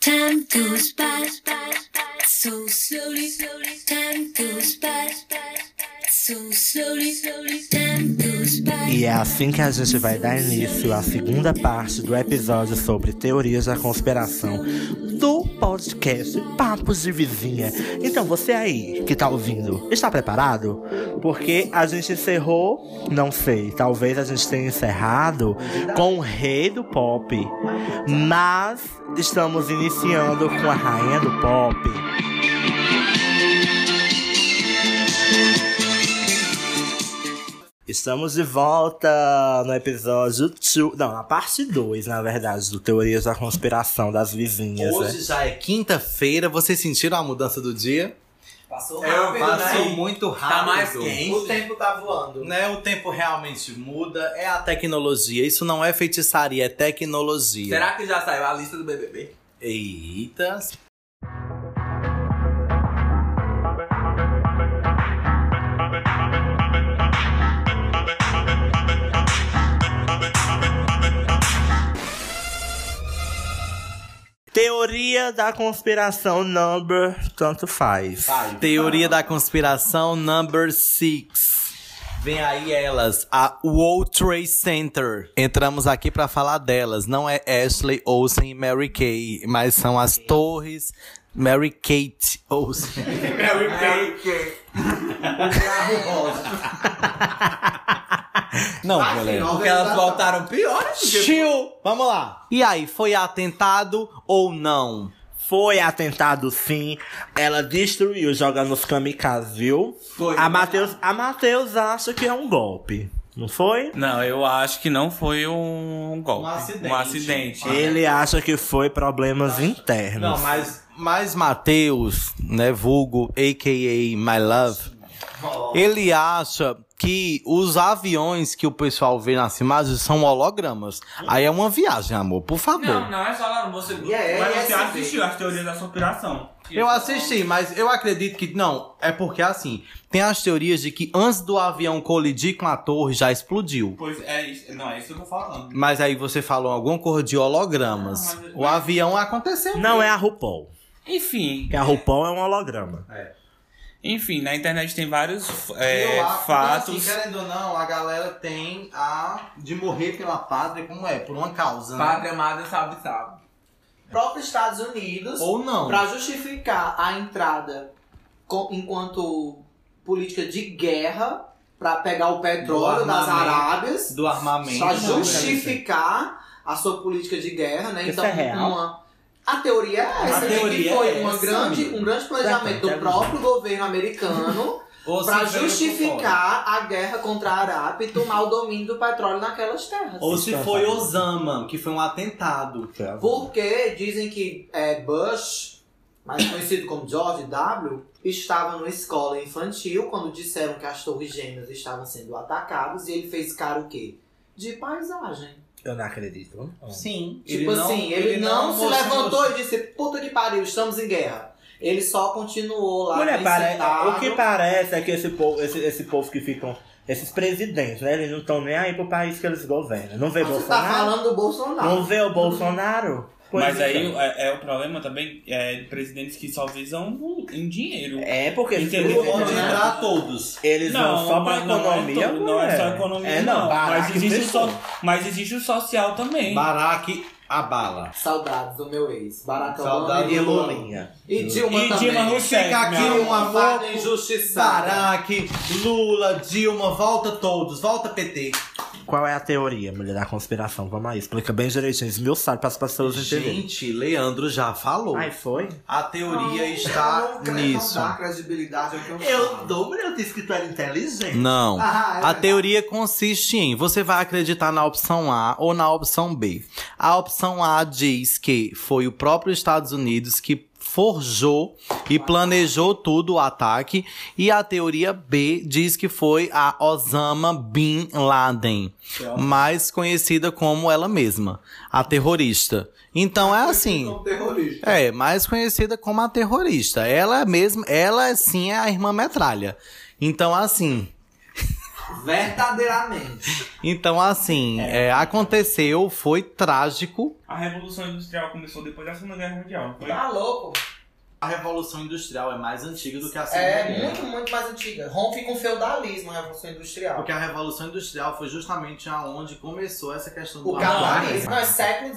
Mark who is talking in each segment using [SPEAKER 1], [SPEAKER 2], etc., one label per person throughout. [SPEAKER 1] Time goes by so slowly, slowly. Time goes by so slowly, slowly. Time goes by.
[SPEAKER 2] E é assim que a gente vai dar início à segunda parte do episódio sobre teorias da conspiração do podcast Papos de Vizinha. Então você aí que tá ouvindo, está preparado? Porque a gente encerrou, não sei, talvez a gente tenha encerrado com o rei do pop, mas estamos iniciando com a rainha do pop. Estamos de volta no episódio 2. Não, na parte 2, na verdade, do Teorias da Conspiração das Vizinhas. né?
[SPEAKER 3] Hoje já é quinta-feira, vocês sentiram a mudança do dia?
[SPEAKER 4] Passou
[SPEAKER 3] É,
[SPEAKER 4] rápido,
[SPEAKER 3] passou
[SPEAKER 4] né?
[SPEAKER 3] muito rápido.
[SPEAKER 4] Tá mais quente. O tempo tá voando.
[SPEAKER 3] Né, o tempo realmente muda, é a tecnologia. Isso não é feitiçaria, é tecnologia.
[SPEAKER 4] Será que já saiu a lista do BBB?
[SPEAKER 3] Eita.
[SPEAKER 2] Teoria da Conspiração Number, tanto faz.
[SPEAKER 3] Teoria da conspiração number 6. Vem aí elas, a World Trade Center. Entramos aqui pra falar delas. Não é Ashley Olsen e Mary Kay, mas são as torres Mary Kate Olsen.
[SPEAKER 4] É.
[SPEAKER 3] Não, galera.
[SPEAKER 4] Porque elas voltaram né, piores. Porque...
[SPEAKER 3] Chill! Vamos lá. tá- E aí, foi atentado ou não?
[SPEAKER 2] Foi atentado, sim. Ela destruiu jogando os kamikazes, viu?
[SPEAKER 4] Foi.
[SPEAKER 2] A Matheus, a Matheus acha que é um golpe, não foi?
[SPEAKER 5] Não, eu acho que não foi um golpe. Um acidente.
[SPEAKER 2] Ele acha que foi problemas internos.
[SPEAKER 3] Não, mas, mas Matheus, né, vulgo, a.k.a. My Love, ele acha que os aviões que o pessoal vê nas imagens são hologramas. Aí é uma viagem, amor, por favor.
[SPEAKER 5] Não, não é só lá. Você,
[SPEAKER 4] Yeah,
[SPEAKER 5] mas
[SPEAKER 4] yeah,
[SPEAKER 5] você
[SPEAKER 4] yeah,
[SPEAKER 5] assistiu as teorias da conspiração.
[SPEAKER 3] Eu assisti, mas eu acredito que não. É porque assim, tem as teorias de que antes do avião colidir com a torre já explodiu.
[SPEAKER 5] Pois é, isso- não, é isso que eu tô falando.
[SPEAKER 3] Mas aí você falou alguma coisa de hologramas.
[SPEAKER 5] Não, mas-
[SPEAKER 3] O avião aconteceu.
[SPEAKER 2] Não é a RuPaul,
[SPEAKER 5] Enfim,
[SPEAKER 2] que a RuPaul é um holograma.
[SPEAKER 5] enfim, na internet tem vários
[SPEAKER 3] Eu
[SPEAKER 5] é,
[SPEAKER 3] acho que,
[SPEAKER 5] fatos.
[SPEAKER 3] assim, querendo ou não, a galera tem a de morrer pela pátria, como é, por uma causa. né?
[SPEAKER 4] Padre amado sabe, sabe.
[SPEAKER 6] próprios Estados Unidos
[SPEAKER 3] Ou não.
[SPEAKER 6] para justificar a entrada co- enquanto política de guerra para pegar o petróleo
[SPEAKER 3] Do
[SPEAKER 6] das
[SPEAKER 3] armamento.
[SPEAKER 6] Arábias
[SPEAKER 3] Do armamento.
[SPEAKER 6] para
[SPEAKER 3] né?
[SPEAKER 6] justificar a sua política de guerra, né?
[SPEAKER 2] Isso
[SPEAKER 6] então
[SPEAKER 2] é real?
[SPEAKER 6] uma a teoria é essa,
[SPEAKER 3] A
[SPEAKER 6] de
[SPEAKER 3] teoria
[SPEAKER 6] que foi
[SPEAKER 3] é
[SPEAKER 6] uma
[SPEAKER 3] essa,
[SPEAKER 6] grande,
[SPEAKER 3] amigo.
[SPEAKER 6] um grande planejamento do próprio governo americano
[SPEAKER 3] Ou se
[SPEAKER 6] para
[SPEAKER 3] veio por
[SPEAKER 6] justificar a guerra contra a Arábia e tomar o domínio do petróleo naquelas terras.
[SPEAKER 3] fora. Ou se foi Osama, que foi um atentado.
[SPEAKER 6] Porque dizem que é, Bush, mais conhecido como George W., estava numa escola infantil quando disseram que as torres gêmeas estavam sendo atacadas e ele fez cara o quê? De paisagem.
[SPEAKER 2] Eu não acredito.
[SPEAKER 3] Sim.
[SPEAKER 6] tipo assim, ele, não, se
[SPEAKER 3] mostrou-
[SPEAKER 6] levantou e disse, puta que pariu, estamos em guerra. Ele só continuou lá
[SPEAKER 2] Mulher,
[SPEAKER 6] bem
[SPEAKER 2] pare-
[SPEAKER 6] sentado.
[SPEAKER 2] é o que parece é que esse povo, esse, esse povo que ficam. Esses presidentes, né? Eles não estão nem aí pro país que eles governam. Não vê
[SPEAKER 6] Mas Você tá
[SPEAKER 2] Bolsonaro?
[SPEAKER 6] falando do Bolsonaro.
[SPEAKER 2] não vê o Bolsonaro? Pois
[SPEAKER 5] Mas aí
[SPEAKER 2] então.
[SPEAKER 5] é, é o problema também é de presidentes que só visam no- em dinheiro.
[SPEAKER 2] É porque eles,
[SPEAKER 5] Entendeu?
[SPEAKER 2] eles-
[SPEAKER 3] Onde
[SPEAKER 2] eles-
[SPEAKER 3] entrar todos.
[SPEAKER 2] eles vão só pra
[SPEAKER 5] mas não é
[SPEAKER 2] economia.
[SPEAKER 5] tudo, não é só
[SPEAKER 2] mulher.
[SPEAKER 5] economia,
[SPEAKER 2] É, não,
[SPEAKER 5] não.
[SPEAKER 2] Barack
[SPEAKER 5] Mas existe, o so-
[SPEAKER 2] fechou.
[SPEAKER 5] mas existe o social também.
[SPEAKER 3] Baraque a bala.
[SPEAKER 6] Saudades do meu ex, Barack Obama
[SPEAKER 3] Saudade
[SPEAKER 6] e
[SPEAKER 2] E
[SPEAKER 6] Lula.
[SPEAKER 2] Lulinha.
[SPEAKER 6] E Dilma
[SPEAKER 5] E
[SPEAKER 6] também.
[SPEAKER 5] Dilma Rousseff,
[SPEAKER 3] Fica aqui
[SPEAKER 5] meu
[SPEAKER 3] um amor.
[SPEAKER 6] farda injustiçada.
[SPEAKER 3] Baraque, Lula, Dilma, volta todos, volta PT.
[SPEAKER 2] Qual é a teoria, mulher da conspiração? Vamos aí, explica bem direitinho. Esmiuçado para as pessoas entenderem.
[SPEAKER 3] Gente, Leandro já falou.
[SPEAKER 2] Ai, foi?
[SPEAKER 3] A teoria está
[SPEAKER 6] Eu não,
[SPEAKER 3] nisso.
[SPEAKER 6] Não dá credibilidade ao que eu falo.
[SPEAKER 2] dou, mulher, eu disse que tu era inteligente.
[SPEAKER 3] Não.
[SPEAKER 6] Ah, é
[SPEAKER 3] a
[SPEAKER 6] verdade.
[SPEAKER 3] teoria consiste em você vai acreditar na opção A ou na opção B. A opção A diz que foi o próprio Estados Unidos que forjou e planejou tudo o ataque e a teoria B diz que foi a Osama Bin Laden, mais conhecida como ela mesma, a terrorista. Então é assim.
[SPEAKER 6] São terroristas.
[SPEAKER 3] É, mais conhecida como a é terrorista. Ela mesmo, ela sim é a irmã metralha. Então, assim.
[SPEAKER 6] Verdadeiramente.
[SPEAKER 7] Então, assim, é, aconteceu, foi trágico.
[SPEAKER 5] A Revolução Industrial começou depois da Segunda Guerra Mundial. não Foi?
[SPEAKER 6] Tá louco?
[SPEAKER 7] A Revolução Industrial é mais antiga do que a
[SPEAKER 6] É muito, muito mais antiga. Rompe com o feudalismo, a Revolução Industrial.
[SPEAKER 7] Porque a Revolução Industrial foi justamente aonde começou essa questão
[SPEAKER 3] Ah,
[SPEAKER 7] do
[SPEAKER 6] O
[SPEAKER 7] capitalismo.
[SPEAKER 6] capitalismo não, é século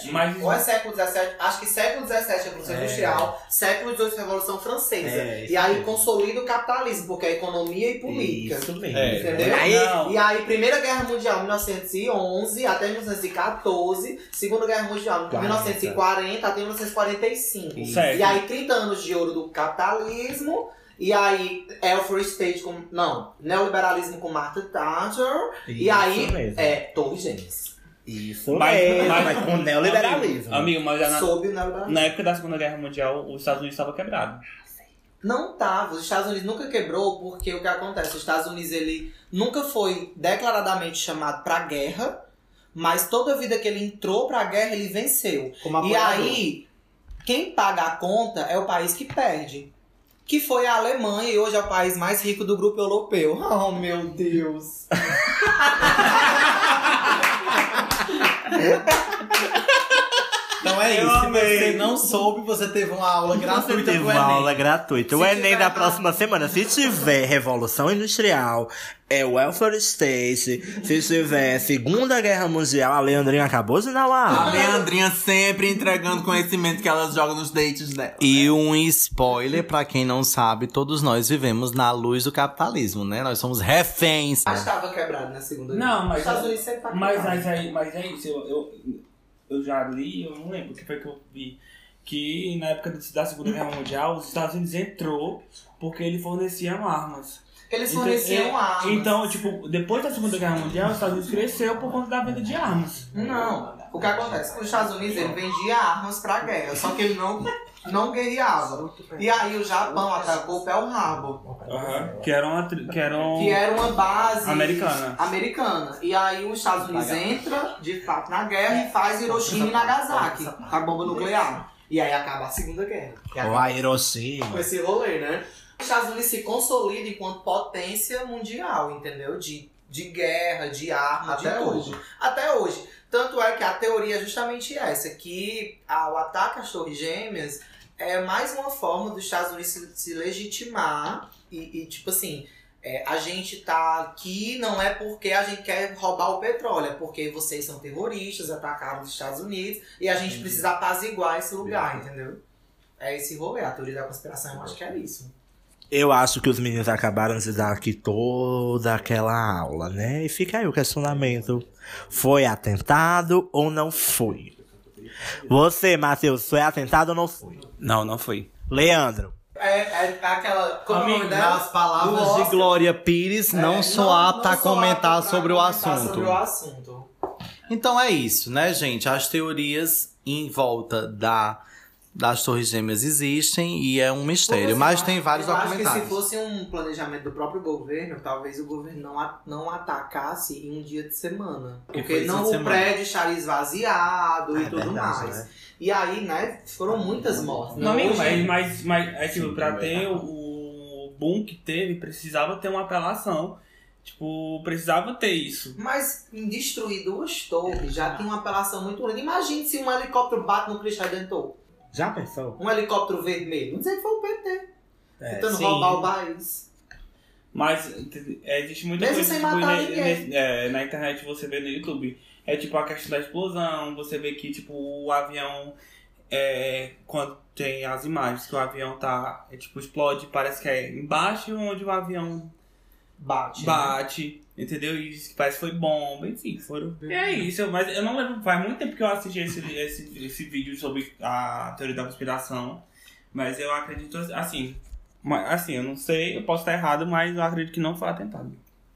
[SPEAKER 6] XVII.
[SPEAKER 5] Mas-
[SPEAKER 6] Ou é século XVII? Acho que século XVII é Revolução Industrial, século XVIII Revolução Francesa.
[SPEAKER 2] É, isso
[SPEAKER 6] e aí
[SPEAKER 2] mesmo.
[SPEAKER 6] consolida o capitalismo, porque é economia e política.
[SPEAKER 2] Isso mesmo.
[SPEAKER 5] É.
[SPEAKER 6] Entendeu?
[SPEAKER 5] Aí- Não.
[SPEAKER 6] E aí, Primeira Guerra Mundial, 1911 até 1914. Segunda Guerra Mundial,
[SPEAKER 2] 40.
[SPEAKER 6] 1940 até 1945.
[SPEAKER 5] Certo.
[SPEAKER 6] E aí, 30 anos de ouro do capitalismo. E aí, Alfred State com. Não, neoliberalismo com Martha Thatcher. e aí,
[SPEAKER 2] Isso mesmo.
[SPEAKER 6] é, Torre Gêmeas.
[SPEAKER 2] Isso mesmo, mas, é, com neoliberalismo.
[SPEAKER 5] Amigo, amigo, mas já na,
[SPEAKER 6] Sob o neoliberalismo.
[SPEAKER 5] na época da Segunda Guerra Mundial, os Estados Unidos estavam quebrados.
[SPEAKER 6] Não tava. Os Estados Unidos nunca quebrou, porque o que acontece? Os Estados Unidos, ele nunca foi declaradamente chamado pra guerra, mas toda vida que ele entrou pra guerra, ele venceu. Como E apoiador. aí, quem paga a conta é o país que perde. Que foi a Alemanha e hoje é o país mais rico do grupo europeu. Oh, meu Deus!
[SPEAKER 7] Então é
[SPEAKER 5] Eu
[SPEAKER 7] isso.
[SPEAKER 5] amei.
[SPEAKER 7] Se você não soube, você teve uma aula
[SPEAKER 2] Você
[SPEAKER 3] é
[SPEAKER 7] gratuita
[SPEAKER 2] teve
[SPEAKER 7] pro
[SPEAKER 2] uma
[SPEAKER 7] Enem.
[SPEAKER 2] aula gratuita. é O
[SPEAKER 6] Se
[SPEAKER 2] Enem
[SPEAKER 6] tiver
[SPEAKER 2] da
[SPEAKER 6] uma-
[SPEAKER 2] próxima semana, se tiver Revolução Industrial, é o Welfare State. Se tiver Segunda Guerra Mundial, a Leandrinha acabou de dar uma
[SPEAKER 4] A
[SPEAKER 2] aula.
[SPEAKER 4] Leandrinha sempre entregando conhecimento que ela joga nos dates dela.
[SPEAKER 7] E um spoiler, pra quem não sabe, todos nós vivemos na luz do capitalismo, né? Nós somos reféns.
[SPEAKER 6] Mas estava quebrado na segunda
[SPEAKER 5] Não, mas-
[SPEAKER 6] Os Estados Unidos sempre tá
[SPEAKER 5] Mas,
[SPEAKER 6] quebrado.
[SPEAKER 5] mas, aí, mas é isso, eu, eu, eu já li, eu não lembro o que foi que eu vi. Que na época da Segunda Guerra Mundial, os Estados Unidos entrou porque ele forneciam armas.
[SPEAKER 6] Eles
[SPEAKER 5] Então,
[SPEAKER 6] forneciam
[SPEAKER 5] é,
[SPEAKER 6] armas.
[SPEAKER 5] Então, tipo, depois da Segunda Guerra Mundial, os Estados Unidos cresceu por conta da venda de armas.
[SPEAKER 6] Não. O que acontece? Os Estados Unidos ele vendia armas pra guerra, só que ele não, não guerreava. E aí o Japão atacou Pearl Harbor,
[SPEAKER 5] Que eram. uma tri- Que é assim, eram...
[SPEAKER 6] que era uma base
[SPEAKER 5] Americana.
[SPEAKER 6] americana. E aí os Estados Unidos entra de fato na guerra e faz Hiroshima e Nagasaki com a bomba nuclear. E aí acaba a Segunda Guerra. Que
[SPEAKER 2] Ou
[SPEAKER 6] acaba
[SPEAKER 2] a Hiroshima.
[SPEAKER 6] com esse rolê, né? Os Estados Unidos se consolida enquanto potência mundial, entendeu? De, de guerra, de arma, de
[SPEAKER 4] Até
[SPEAKER 6] tudo.
[SPEAKER 4] hoje.
[SPEAKER 6] Até hoje. Tanto é que a teoria é justamente essa, que a- o ataque às torres gêmeas é mais uma forma dos Estados Unidos se, se legitimar e, e, tipo assim, é, a gente tá aqui não é porque a gente quer roubar o petróleo, é porque vocês são terroristas, atacaram os Estados Unidos e a gente precisa apaziguar esse lugar, entendeu? É esse rolê, a teoria da conspiração, eu acho que é isso.
[SPEAKER 2] Eu acho que os meninos acabaram de dar aqui toda aquela aula, né? E fica aí o questionamento. Foi atentado ou não foi? Você, Matheus, foi atentado ou não foi?
[SPEAKER 5] Não, não foi.
[SPEAKER 2] Leandro.
[SPEAKER 6] É, é aquela. Como é o nome
[SPEAKER 5] Amigo,
[SPEAKER 6] dela?
[SPEAKER 7] As palavras
[SPEAKER 6] Do
[SPEAKER 7] de
[SPEAKER 6] Oscar.
[SPEAKER 7] Glória Pires
[SPEAKER 6] É,
[SPEAKER 7] não só apta a
[SPEAKER 6] só
[SPEAKER 7] comentar
[SPEAKER 6] apta pra
[SPEAKER 7] sobre o
[SPEAKER 6] comentar
[SPEAKER 7] assunto.
[SPEAKER 6] sobre o assunto.
[SPEAKER 7] Então é isso, né, gente? As teorias em volta da, das Torres Gêmeas existem e é um mistério,
[SPEAKER 6] Como
[SPEAKER 7] mas
[SPEAKER 6] assim?
[SPEAKER 7] tem vários
[SPEAKER 6] eu Acho
[SPEAKER 7] documentários.
[SPEAKER 6] que se fosse um planejamento do próprio governo, talvez o governo não, a- não atacasse em um dia de semana.
[SPEAKER 7] Porque
[SPEAKER 6] Porque
[SPEAKER 7] foi esse
[SPEAKER 6] não
[SPEAKER 7] fim de
[SPEAKER 6] o
[SPEAKER 7] semana.
[SPEAKER 6] prédio estaria esvaziado e
[SPEAKER 2] É
[SPEAKER 6] tudo
[SPEAKER 2] verdade,
[SPEAKER 6] mais.
[SPEAKER 2] né?
[SPEAKER 6] E aí, né, foram muitas mortes. né?
[SPEAKER 5] Não, amigo,
[SPEAKER 6] Hoje-
[SPEAKER 5] mas, mas, mas é tipo, pra ter o, o boom que teve, precisava ter uma apelação. Tipo, precisava ter isso.
[SPEAKER 6] Mas em destruir duas torres já tem uma apelação muito grande. Imagine se um helicóptero bate no Cristo Redentor.
[SPEAKER 2] Já pensou?
[SPEAKER 6] Um helicóptero vermelho. Não sei que foi o PT.
[SPEAKER 2] É,
[SPEAKER 6] tentando
[SPEAKER 5] sim.
[SPEAKER 6] roubar o país.
[SPEAKER 5] Mas ent- é, existe muita
[SPEAKER 6] Mesmo
[SPEAKER 5] coisa
[SPEAKER 6] sem
[SPEAKER 5] tipo,
[SPEAKER 6] matar
[SPEAKER 5] ne-
[SPEAKER 6] ninguém.
[SPEAKER 5] ne- é, na internet você vê no YouTube. É tipo a questão da explosão, você vê que tipo o avião é, quando tem as imagens que o avião tá. é, tipo, explode, parece que é embaixo onde o avião
[SPEAKER 6] Bate. né?
[SPEAKER 5] bate, entendeu? E diz que parece que foi bomba, enfim, foram. E é isso, mas eu não lembro, faz muito tempo que eu assisti esse, esse, esse vídeo sobre a teoria da conspiração, mas eu acredito assim. Mas, assim, eu não sei, eu posso estar errado, mas eu acredito que não foi atentado.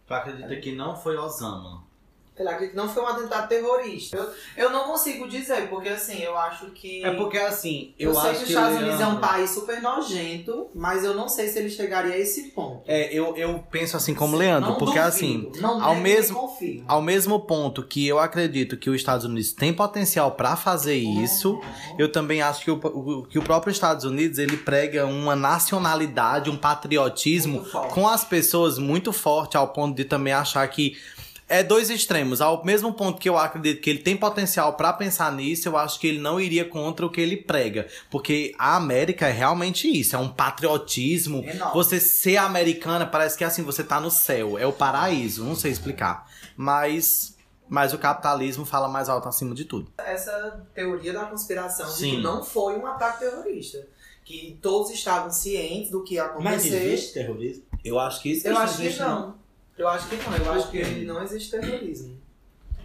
[SPEAKER 7] Tu acredita que não foi Osama?
[SPEAKER 6] sei lá, que não foi um atentado terrorista. Eu, eu não consigo dizer, porque assim, eu acho que.
[SPEAKER 3] É porque assim, eu,
[SPEAKER 6] eu, sei
[SPEAKER 3] acho
[SPEAKER 6] que os Estados
[SPEAKER 3] ele
[SPEAKER 6] Unidos é um
[SPEAKER 3] anda-
[SPEAKER 6] país super nojento, mas eu não sei se ele chegaria a esse ponto.
[SPEAKER 3] É, eu, eu penso assim como
[SPEAKER 6] Não
[SPEAKER 3] Leandro, porque
[SPEAKER 6] duvido,
[SPEAKER 3] assim,
[SPEAKER 6] não
[SPEAKER 3] ao
[SPEAKER 6] nego, nem
[SPEAKER 3] mesmo-
[SPEAKER 6] confirmo.
[SPEAKER 3] ao mesmo ponto que eu acredito que os Estados Unidos têm potencial pra fazer
[SPEAKER 7] Uhum.
[SPEAKER 3] isso, eu também acho que o, o- que o próprio Estados Unidos ele prega uma nacionalidade, um patriotismo
[SPEAKER 6] Muito forte.
[SPEAKER 3] com as pessoas muito forte, ao ponto de também achar que é dois extremos. Ao mesmo ponto que eu acredito que ele tem potencial pra pensar nisso, eu acho que ele não iria contra o que ele prega, porque a América é realmente isso, é um patriotismo.
[SPEAKER 6] É Enorme.
[SPEAKER 3] Você ser americana parece que assim você tá no céu, é o paraíso, não sei explicar, mas mas o capitalismo fala mais alto acima de tudo.
[SPEAKER 6] essa teoria da conspiração de que
[SPEAKER 3] Sim.
[SPEAKER 6] não foi um ataque terrorista. Que todos estavam cientes do que ia
[SPEAKER 2] Mas
[SPEAKER 6] acontecer.
[SPEAKER 2] existe terrorismo?
[SPEAKER 3] Eu acho que isso
[SPEAKER 6] eu acho que não. Eu acho que não. Eu acho que não existe terrorismo.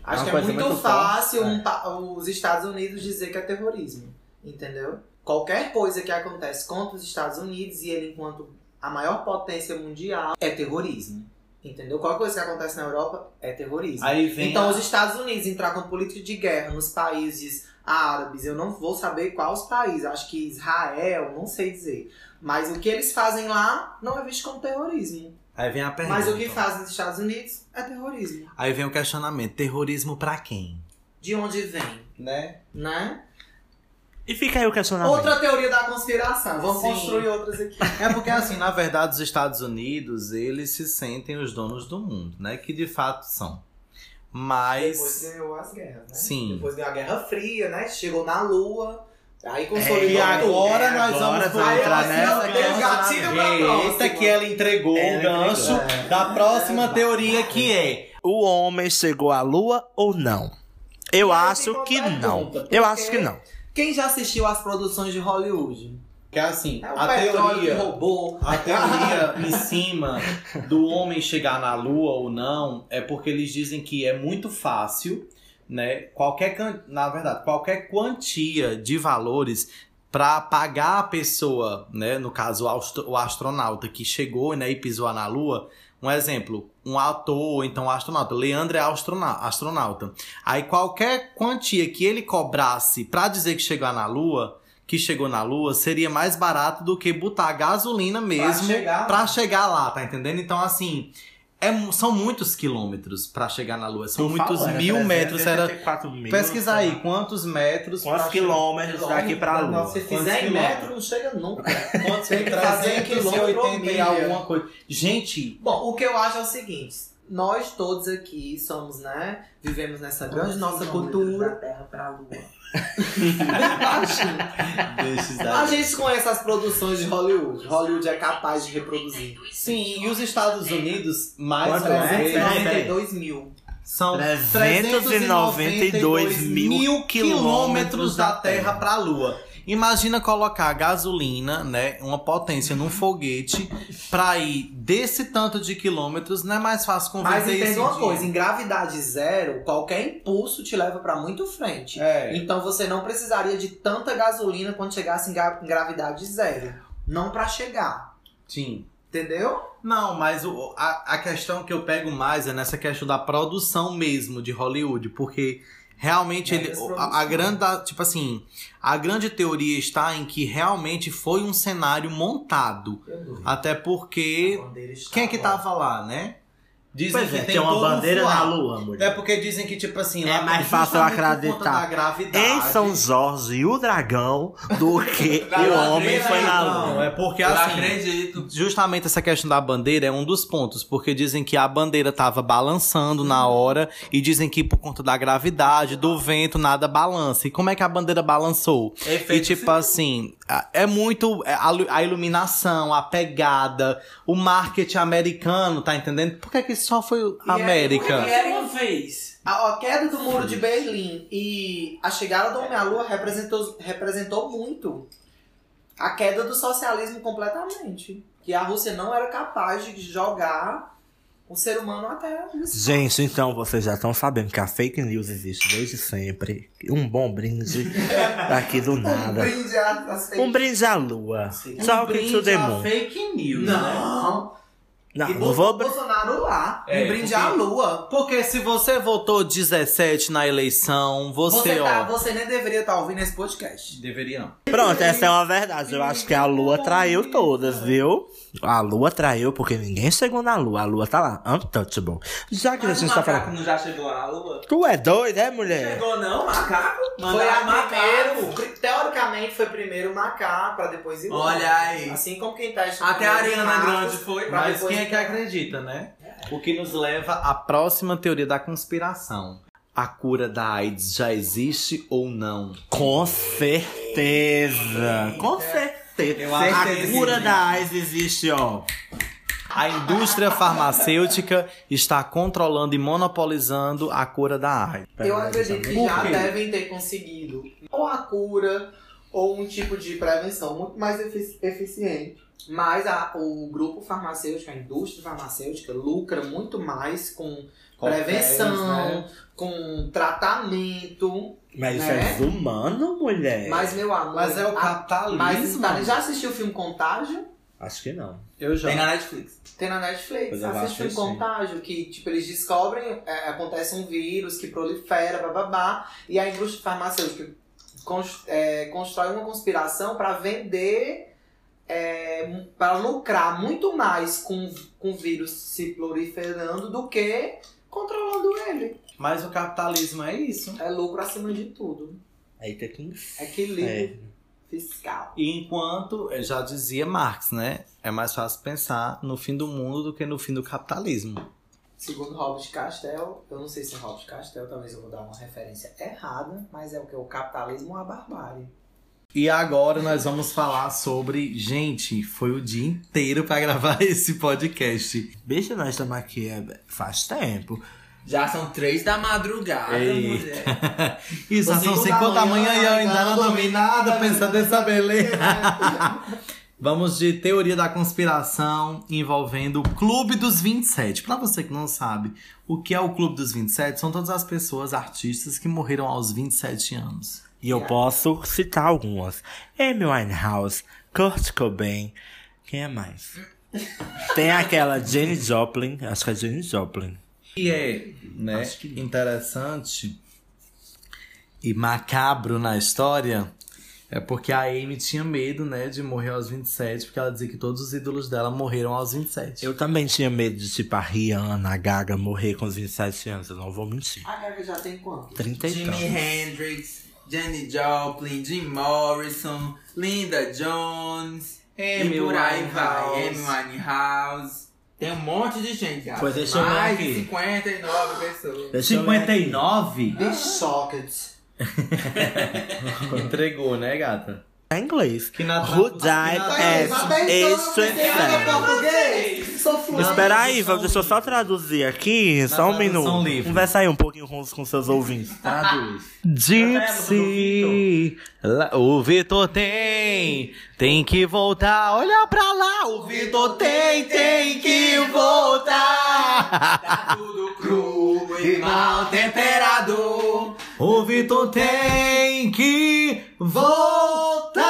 [SPEAKER 6] Acho
[SPEAKER 2] uma
[SPEAKER 6] que é
[SPEAKER 2] coisa
[SPEAKER 6] muito,
[SPEAKER 2] muito
[SPEAKER 6] fácil
[SPEAKER 2] forte,
[SPEAKER 6] um pa- os Estados Unidos dizer que é terrorismo. Entendeu? Qualquer coisa que acontece contra os Estados Unidos e ele enquanto a maior potência mundial é terrorismo. Entendeu? Qualquer coisa que acontece na Europa é terrorismo.
[SPEAKER 3] Aí vem a-
[SPEAKER 6] Então os Estados Unidos entrar com política de guerra nos países árabes, eu não vou saber quais países, acho que Israel, não sei dizer. Mas o que eles fazem lá não é visto como terrorismo.
[SPEAKER 3] Aí vem a pergunta.
[SPEAKER 6] Mas o que fazem nos Estados Unidos é terrorismo.
[SPEAKER 3] Aí vem o questionamento, terrorismo pra quem?
[SPEAKER 6] De onde vem,
[SPEAKER 3] Né?
[SPEAKER 6] né?
[SPEAKER 2] E fica aí o questionamento.
[SPEAKER 6] Outra teoria da conspiração. Vamos
[SPEAKER 3] Sim.
[SPEAKER 6] construir outras aqui.
[SPEAKER 3] É porque assim, na verdade, os Estados Unidos, eles se sentem os donos do mundo, né? Que de fato são.
[SPEAKER 6] Depois
[SPEAKER 3] Mas é
[SPEAKER 6] ganhou as guerras, né?
[SPEAKER 3] Sim.
[SPEAKER 6] Depois ganhou a Guerra Fria, né? Chegou na Lua. Aí consolidou
[SPEAKER 3] É, e agora
[SPEAKER 6] tudo.
[SPEAKER 3] nós
[SPEAKER 2] agora
[SPEAKER 3] vamos
[SPEAKER 2] vamos
[SPEAKER 3] entrar
[SPEAKER 6] assim,
[SPEAKER 3] nessa
[SPEAKER 6] ó,
[SPEAKER 3] que
[SPEAKER 6] tem
[SPEAKER 3] é
[SPEAKER 6] um gatilho pra
[SPEAKER 3] Eita,
[SPEAKER 6] próxima.
[SPEAKER 3] que ela entregou
[SPEAKER 2] Ela
[SPEAKER 3] o gancho
[SPEAKER 6] entregou. é.
[SPEAKER 3] da próxima teoria que é.
[SPEAKER 2] O homem chegou à lua ou não? Eu
[SPEAKER 6] Aí
[SPEAKER 2] acho
[SPEAKER 6] fica uma
[SPEAKER 2] que não.
[SPEAKER 6] pergunta,
[SPEAKER 2] Eu
[SPEAKER 6] por
[SPEAKER 2] acho que
[SPEAKER 6] quê?
[SPEAKER 2] não.
[SPEAKER 6] Quem já assistiu às produções de Hollywood?
[SPEAKER 3] Que é assim,
[SPEAKER 6] É o
[SPEAKER 3] a
[SPEAKER 6] petróleo
[SPEAKER 3] teoria.
[SPEAKER 6] que roubou.
[SPEAKER 3] A teoria em cima do homem chegar na lua ou não é porque eles dizem que é muito fácil, né? Qualquer can- na verdade, qualquer quantia de valores para pagar a pessoa, né, no caso o, astro- o astronauta que chegou, né, e pisou na lua, um exemplo, um ator, ou então um astronauta, Leandro é astrona- astronauta. Aí qualquer quantia que ele cobrasse para dizer que chegou na lua, que chegou na Lua seria mais barato do que botar gasolina mesmo
[SPEAKER 6] chegar.
[SPEAKER 3] pra chegar lá, tá entendendo? Então, assim, é mu- são muitos quilômetros pra chegar na Lua, são
[SPEAKER 2] Não
[SPEAKER 3] muitos
[SPEAKER 5] né,
[SPEAKER 2] fala, era
[SPEAKER 5] é
[SPEAKER 3] mil
[SPEAKER 2] 384
[SPEAKER 3] metros. Era...
[SPEAKER 2] mil,
[SPEAKER 3] Pesquisa
[SPEAKER 2] sei
[SPEAKER 3] aí,
[SPEAKER 2] lá.
[SPEAKER 3] quantos metros
[SPEAKER 2] Quantos
[SPEAKER 3] pra
[SPEAKER 2] quilômetros daqui
[SPEAKER 6] Ah,
[SPEAKER 2] pra lua?
[SPEAKER 6] Se
[SPEAKER 3] Quantos
[SPEAKER 6] fizer em
[SPEAKER 3] quilômetros?
[SPEAKER 6] metro, não chega nunca.
[SPEAKER 3] chegar? Quantos
[SPEAKER 6] Tem que fazer em quilômetro
[SPEAKER 3] 380 e
[SPEAKER 6] milha.
[SPEAKER 3] alguma coisa. Gente,
[SPEAKER 6] Bom, o que eu acho é o seguinte. Nós todos aqui somos, né? Vivemos nessa grande nossa cultura.
[SPEAKER 5] Da terra pra lua.
[SPEAKER 3] Tá
[SPEAKER 6] A gente conhece as produções de Hollywood. Hollywood é capaz de reproduzir.
[SPEAKER 3] sim, e os Estados Unidos mais
[SPEAKER 2] Quanto
[SPEAKER 3] uma
[SPEAKER 2] é?
[SPEAKER 3] vez,
[SPEAKER 6] 392 mil.
[SPEAKER 3] São
[SPEAKER 2] 392 mil
[SPEAKER 3] quilômetros da Terra para a Lua. Imagina colocar gasolina, né, uma potência num foguete para ir desse tanto de quilômetros, não é mais fácil
[SPEAKER 6] Mas
[SPEAKER 3] converter isso
[SPEAKER 6] entenda uma
[SPEAKER 3] em
[SPEAKER 6] coisa,
[SPEAKER 3] dinheiro.
[SPEAKER 6] em gravidade zero, qualquer impulso te leva pra muito frente.
[SPEAKER 3] É.
[SPEAKER 6] Então você não precisaria de tanta gasolina quando chegasse em, gra- em gravidade zero. Não pra chegar,
[SPEAKER 3] Sim.
[SPEAKER 6] entendeu?
[SPEAKER 3] Não, mas o- a, a questão que eu pego mais é nessa questão da produção mesmo de Hollywood, porque realmente
[SPEAKER 2] É,
[SPEAKER 6] Várias
[SPEAKER 3] ele, a,
[SPEAKER 2] né?
[SPEAKER 3] a
[SPEAKER 6] produções.
[SPEAKER 3] grande, tipo assim, a grande teoria está em que realmente foi um cenário montado, até porque Quem é que tava lá, né? Dizem
[SPEAKER 2] Pois é,
[SPEAKER 3] que tem,
[SPEAKER 2] tem uma
[SPEAKER 3] todo um
[SPEAKER 2] bandeira
[SPEAKER 3] fuá.
[SPEAKER 2] na lua, mulher.
[SPEAKER 3] É porque dizem que, tipo assim,
[SPEAKER 2] É
[SPEAKER 3] lá
[SPEAKER 2] mais fácil
[SPEAKER 3] justamente
[SPEAKER 2] acreditar.
[SPEAKER 3] por conta da gravidade.
[SPEAKER 2] Em São Jorge e o dragão do que o homem foi na
[SPEAKER 3] Não,
[SPEAKER 2] lua.
[SPEAKER 3] é porque
[SPEAKER 4] Eu
[SPEAKER 3] assim.
[SPEAKER 4] acredito.
[SPEAKER 3] Justamente essa questão da bandeira é um dos pontos, porque dizem que a bandeira tava balançando na hora e dizem que por conta da gravidade, do vento, nada balança. E como é que a bandeira balançou? E tipo assim, a- é muito é a lu- a iluminação, a pegada, o marketing americano, tá entendendo? Por que que só foi a América?
[SPEAKER 5] E era uma vez.
[SPEAKER 6] A, a queda do muro de Berlim e a chegada do homem à lua representou, representou muito a queda do socialismo completamente. Que a Rússia não era capaz de jogar o ser humano até
[SPEAKER 2] Gente, então vocês já estão sabendo que a fake news existe desde sempre. Um bom brinde aqui do
[SPEAKER 6] Um
[SPEAKER 2] nada.
[SPEAKER 6] brinde às às fake
[SPEAKER 2] Um brinde à lua.
[SPEAKER 6] Sim.
[SPEAKER 2] Só que to the moon.
[SPEAKER 3] fake news.
[SPEAKER 6] Não.
[SPEAKER 2] Não,
[SPEAKER 6] e
[SPEAKER 2] não vou. br-
[SPEAKER 6] Bolsonaro lá,
[SPEAKER 3] É,
[SPEAKER 6] um brinde
[SPEAKER 3] porque-
[SPEAKER 6] à lua.
[SPEAKER 7] Porque se você votou 17 na eleição, você,
[SPEAKER 6] Você,
[SPEAKER 7] ó.
[SPEAKER 6] tá, você nem deveria estar ouvindo esse podcast.
[SPEAKER 3] Deveria não.
[SPEAKER 2] Pronto, essa é uma verdade. Eu acho que a lua traiu todas, viu? A lua traiu porque ninguém chegou na lua. A lua tá lá, untouchable. Já que a gente tá falando.
[SPEAKER 5] não já chegou na lua?
[SPEAKER 2] Tu é doida, é, mulher?
[SPEAKER 5] Chegou não, macaco?
[SPEAKER 6] foi a
[SPEAKER 5] Mandaram macaco.
[SPEAKER 6] primeiro, teoricamente foi primeiro Macá, pra depois ir lá.
[SPEAKER 4] Olha aí.
[SPEAKER 6] Assim como quem tá escutando
[SPEAKER 4] Até a Ariana
[SPEAKER 6] Marcos,
[SPEAKER 4] Grande foi.
[SPEAKER 6] pra
[SPEAKER 3] Mas
[SPEAKER 6] depois-
[SPEAKER 3] quem é que acredita, né? O que nos leva à próxima teoria da conspiração. A cura da AIDS já existe ou não?
[SPEAKER 2] Com certeza. Com certeza.
[SPEAKER 3] Eu acho que
[SPEAKER 2] a
[SPEAKER 3] existe.
[SPEAKER 2] cura da AIDS existe, ó.
[SPEAKER 3] A indústria farmacêutica está controlando e monopolizando a cura da AIDS.
[SPEAKER 6] Eu acredito que
[SPEAKER 3] Por
[SPEAKER 6] já
[SPEAKER 3] quê?
[SPEAKER 6] devem ter conseguido ou a cura ou um tipo de prevenção muito mais efici- eficiente. Mas a- o grupo farmacêutico, a indústria farmacêutica, lucra muito mais com né? prevenção,
[SPEAKER 3] né?
[SPEAKER 6] com tratamento.
[SPEAKER 2] Mas isso
[SPEAKER 6] Né?
[SPEAKER 2] é desumano, mulher?
[SPEAKER 6] Mas, meu amor.
[SPEAKER 3] Mas é o
[SPEAKER 6] a-
[SPEAKER 3] capitalismo.
[SPEAKER 6] mas tá- já assistiu o filme Contágio?
[SPEAKER 2] Acho que não.
[SPEAKER 3] Eu já.
[SPEAKER 4] Tem na Netflix.
[SPEAKER 6] Tem na Netflix.
[SPEAKER 2] Pois eu vou
[SPEAKER 6] Assiste o filme
[SPEAKER 2] assistir.
[SPEAKER 6] Contágio, que tipo, eles descobrem, é, acontece um vírus que prolifera, bababá, e a indústria farmacêutica cons- é, constrói uma conspiração para vender, para lucrar muito mais com, com o vírus se proliferando do que controlando ele.
[SPEAKER 3] Mas o capitalismo é isso.
[SPEAKER 6] É lucro acima de tudo.
[SPEAKER 2] Aí tem que.
[SPEAKER 6] Equilíbrio fiscal.
[SPEAKER 3] E enquanto, eh, já dizia Marx, né? É mais fácil pensar no fim do mundo do que no fim do capitalismo.
[SPEAKER 6] Segundo Robert Castell, eu não sei se é Robert Castell, talvez eu vou dar uma referência errada, mas é o que? O capitalismo ou a barbárie.
[SPEAKER 3] E agora nós vamos falar sobre. Gente, foi o dia inteiro pra gravar esse podcast.
[SPEAKER 2] Bicho, nós estamos aqui é, faz tempo.
[SPEAKER 4] Já são três da
[SPEAKER 2] É
[SPEAKER 4] madrugada,
[SPEAKER 3] Eita.
[SPEAKER 4] mulher.
[SPEAKER 3] E já são
[SPEAKER 6] Cinco
[SPEAKER 3] 5 da manhã e eu ainda não dormi nada
[SPEAKER 6] menina.
[SPEAKER 3] pensando nessa beleza. Vamos de teoria da conspiração envolvendo o Clube dos 27. Pra você que não sabe, o que é o Clube dos 27 são todas as pessoas artistas que morreram aos 27 anos.
[SPEAKER 2] E eu posso citar algumas. Amy Winehouse, Kurt Cobain. Quem é mais? tem aquela Jenny Joplin. Acho que é Jenny Joplin.
[SPEAKER 3] E é né, interessante e macabro na história é porque a Amy tinha medo, né, de morrer aos 27, porque ela dizia que todos os ídolos dela morreram aos 27.
[SPEAKER 2] Eu também tinha medo de, tipo, a Rihanna, a Gaga morrer com os 27 anos. Eu não vou mentir.
[SPEAKER 6] A Gaga já tem quanto?
[SPEAKER 2] 30 e
[SPEAKER 4] Jimi
[SPEAKER 2] tantos.
[SPEAKER 4] Hendrix, Jenny Joplin, Jim Morrison, Linda Jones,
[SPEAKER 3] Amy
[SPEAKER 4] e por aí vai.
[SPEAKER 3] Winehouse.
[SPEAKER 4] Amy Winehouse. Tem um monte de gente,
[SPEAKER 2] Pois é,
[SPEAKER 4] rapaz.
[SPEAKER 2] deixa eu ver
[SPEAKER 4] Mais
[SPEAKER 2] aqui.
[SPEAKER 4] de 59 pessoas.
[SPEAKER 2] Deixa eu ver aqui.
[SPEAKER 3] 59?
[SPEAKER 6] The Shocked.
[SPEAKER 3] Entregou, né, gata?
[SPEAKER 2] Tá Em inglês.
[SPEAKER 3] Que é na
[SPEAKER 2] Who
[SPEAKER 3] tradução-
[SPEAKER 2] died
[SPEAKER 6] É,
[SPEAKER 3] na
[SPEAKER 2] as
[SPEAKER 3] tradução-
[SPEAKER 2] a
[SPEAKER 6] então, português. Sou fluente.
[SPEAKER 2] Espera aí, vamos- deixa eu só traduzir aqui, só um
[SPEAKER 3] tradução
[SPEAKER 2] minuto.
[SPEAKER 3] livre. Tá
[SPEAKER 2] Conversa aí um pouquinho com, os- com seus ouvintes.
[SPEAKER 3] Traduz.
[SPEAKER 7] Gypsy.
[SPEAKER 3] Lá- O Vitor tem, tem que voltar. Olha pra lá, o Vitor tem, tem que voltar.
[SPEAKER 4] Tá tudo cru e mal temperado.
[SPEAKER 3] O Vitor tem que voltar.